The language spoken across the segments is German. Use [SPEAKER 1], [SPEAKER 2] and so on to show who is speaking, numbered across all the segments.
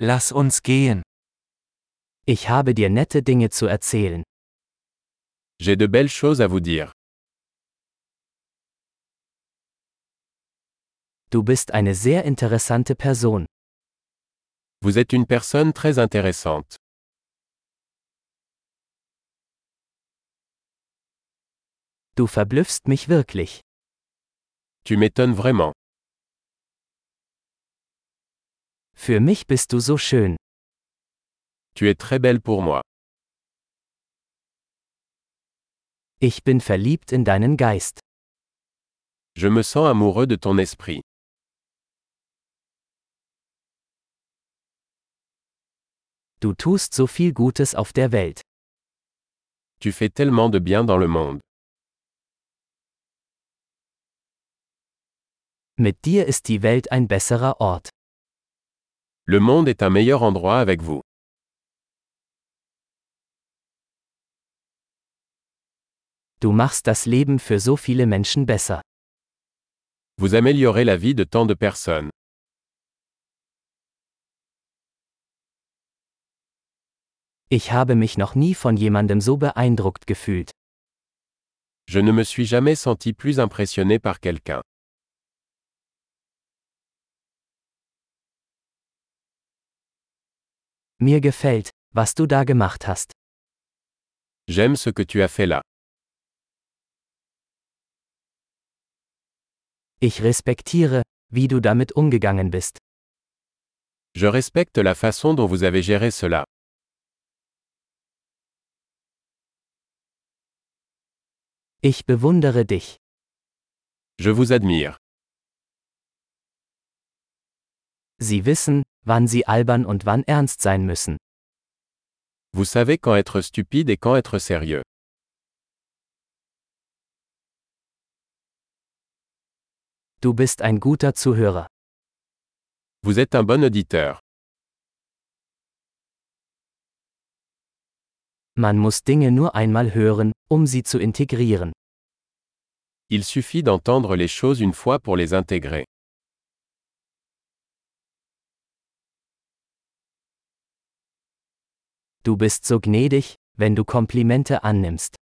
[SPEAKER 1] Lass uns gehen.
[SPEAKER 2] Ich habe dir nette Dinge zu erzählen.
[SPEAKER 3] J'ai de belles choses à vous dire.
[SPEAKER 2] Du bist eine sehr interessante Person.
[SPEAKER 3] Vous êtes une personne très intéressante.
[SPEAKER 2] Du verblüffst mich wirklich.
[SPEAKER 3] Tu m'étonnes vraiment.
[SPEAKER 2] Für mich bist du so schön.
[SPEAKER 3] Tu es très belle pour moi.
[SPEAKER 2] Ich bin verliebt in deinen Geist.
[SPEAKER 3] Je me sens amoureux de ton esprit.
[SPEAKER 2] Du tust so viel Gutes auf der Welt.
[SPEAKER 3] Tu fais tellement de bien dans le monde.
[SPEAKER 2] Mit dir ist die Welt ein besserer Ort.
[SPEAKER 3] Le monde est un meilleur endroit avec vous.
[SPEAKER 2] Du machst das Leben für so viele Menschen besser.
[SPEAKER 3] Vous améliorez la vie de tant de personnes.
[SPEAKER 2] Ich habe mich noch nie von jemandem so beeindruckt gefühlt.
[SPEAKER 3] Je ne me suis jamais senti plus impressionné par quelqu'un.
[SPEAKER 2] Mir gefällt, was du da gemacht hast.
[SPEAKER 3] J'aime ce que tu as fait là.
[SPEAKER 2] Ich respektiere, wie du damit umgegangen bist.
[SPEAKER 3] Je respecte la façon dont vous avez géré cela.
[SPEAKER 2] Ich bewundere dich.
[SPEAKER 3] Je vous admire.
[SPEAKER 2] Sie wissen, wann sie albern und wann ernst sein müssen.
[SPEAKER 3] Vous savez quand être stupide et quand être sérieux.
[SPEAKER 2] Du bist ein guter Zuhörer.
[SPEAKER 3] Vous êtes un bon auditeur.
[SPEAKER 2] Man muss Dinge nur einmal hören, um sie zu integrieren.
[SPEAKER 3] Il suffit d'entendre les choses une fois pour les intégrer.
[SPEAKER 2] Du bist so gnädig, wenn du Komplimente annimmst.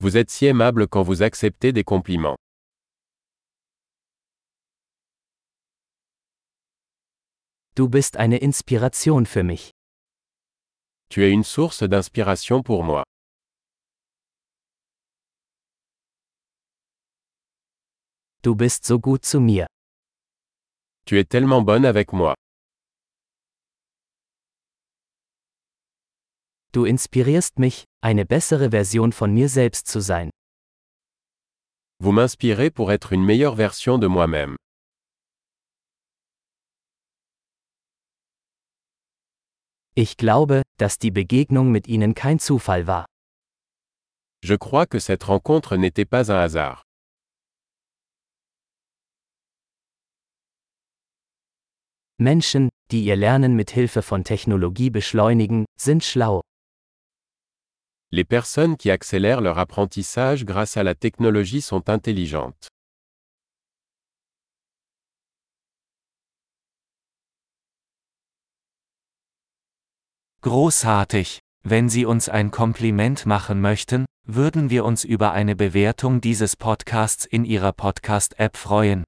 [SPEAKER 3] Vous êtes si aimable quand vous acceptez des compliments.
[SPEAKER 2] Du bist eine Inspiration für mich.
[SPEAKER 3] Tu es une source d'inspiration pour moi.
[SPEAKER 2] Du bist so gut zu mir.
[SPEAKER 3] Tu es tellement bonne avec moi.
[SPEAKER 2] Du inspirierst mich, eine bessere Version von mir selbst zu sein.
[SPEAKER 3] Vous m'inspirez pour être une meilleure version de moi-même.
[SPEAKER 2] Ich glaube, dass die Begegnung mit ihnen kein Zufall war.
[SPEAKER 3] Je crois que cette rencontre n'était pas un hasard.
[SPEAKER 2] Menschen, die ihr Lernen mit Hilfe von Technologie beschleunigen, sind schlau.
[SPEAKER 3] Les personnes qui accélèrent leur apprentissage grâce à la technologie sont intelligentes.
[SPEAKER 1] Großartig. Wenn Sie uns ein Kompliment machen möchten, würden wir uns über eine Bewertung dieses Podcasts in Ihrer Podcast-App freuen.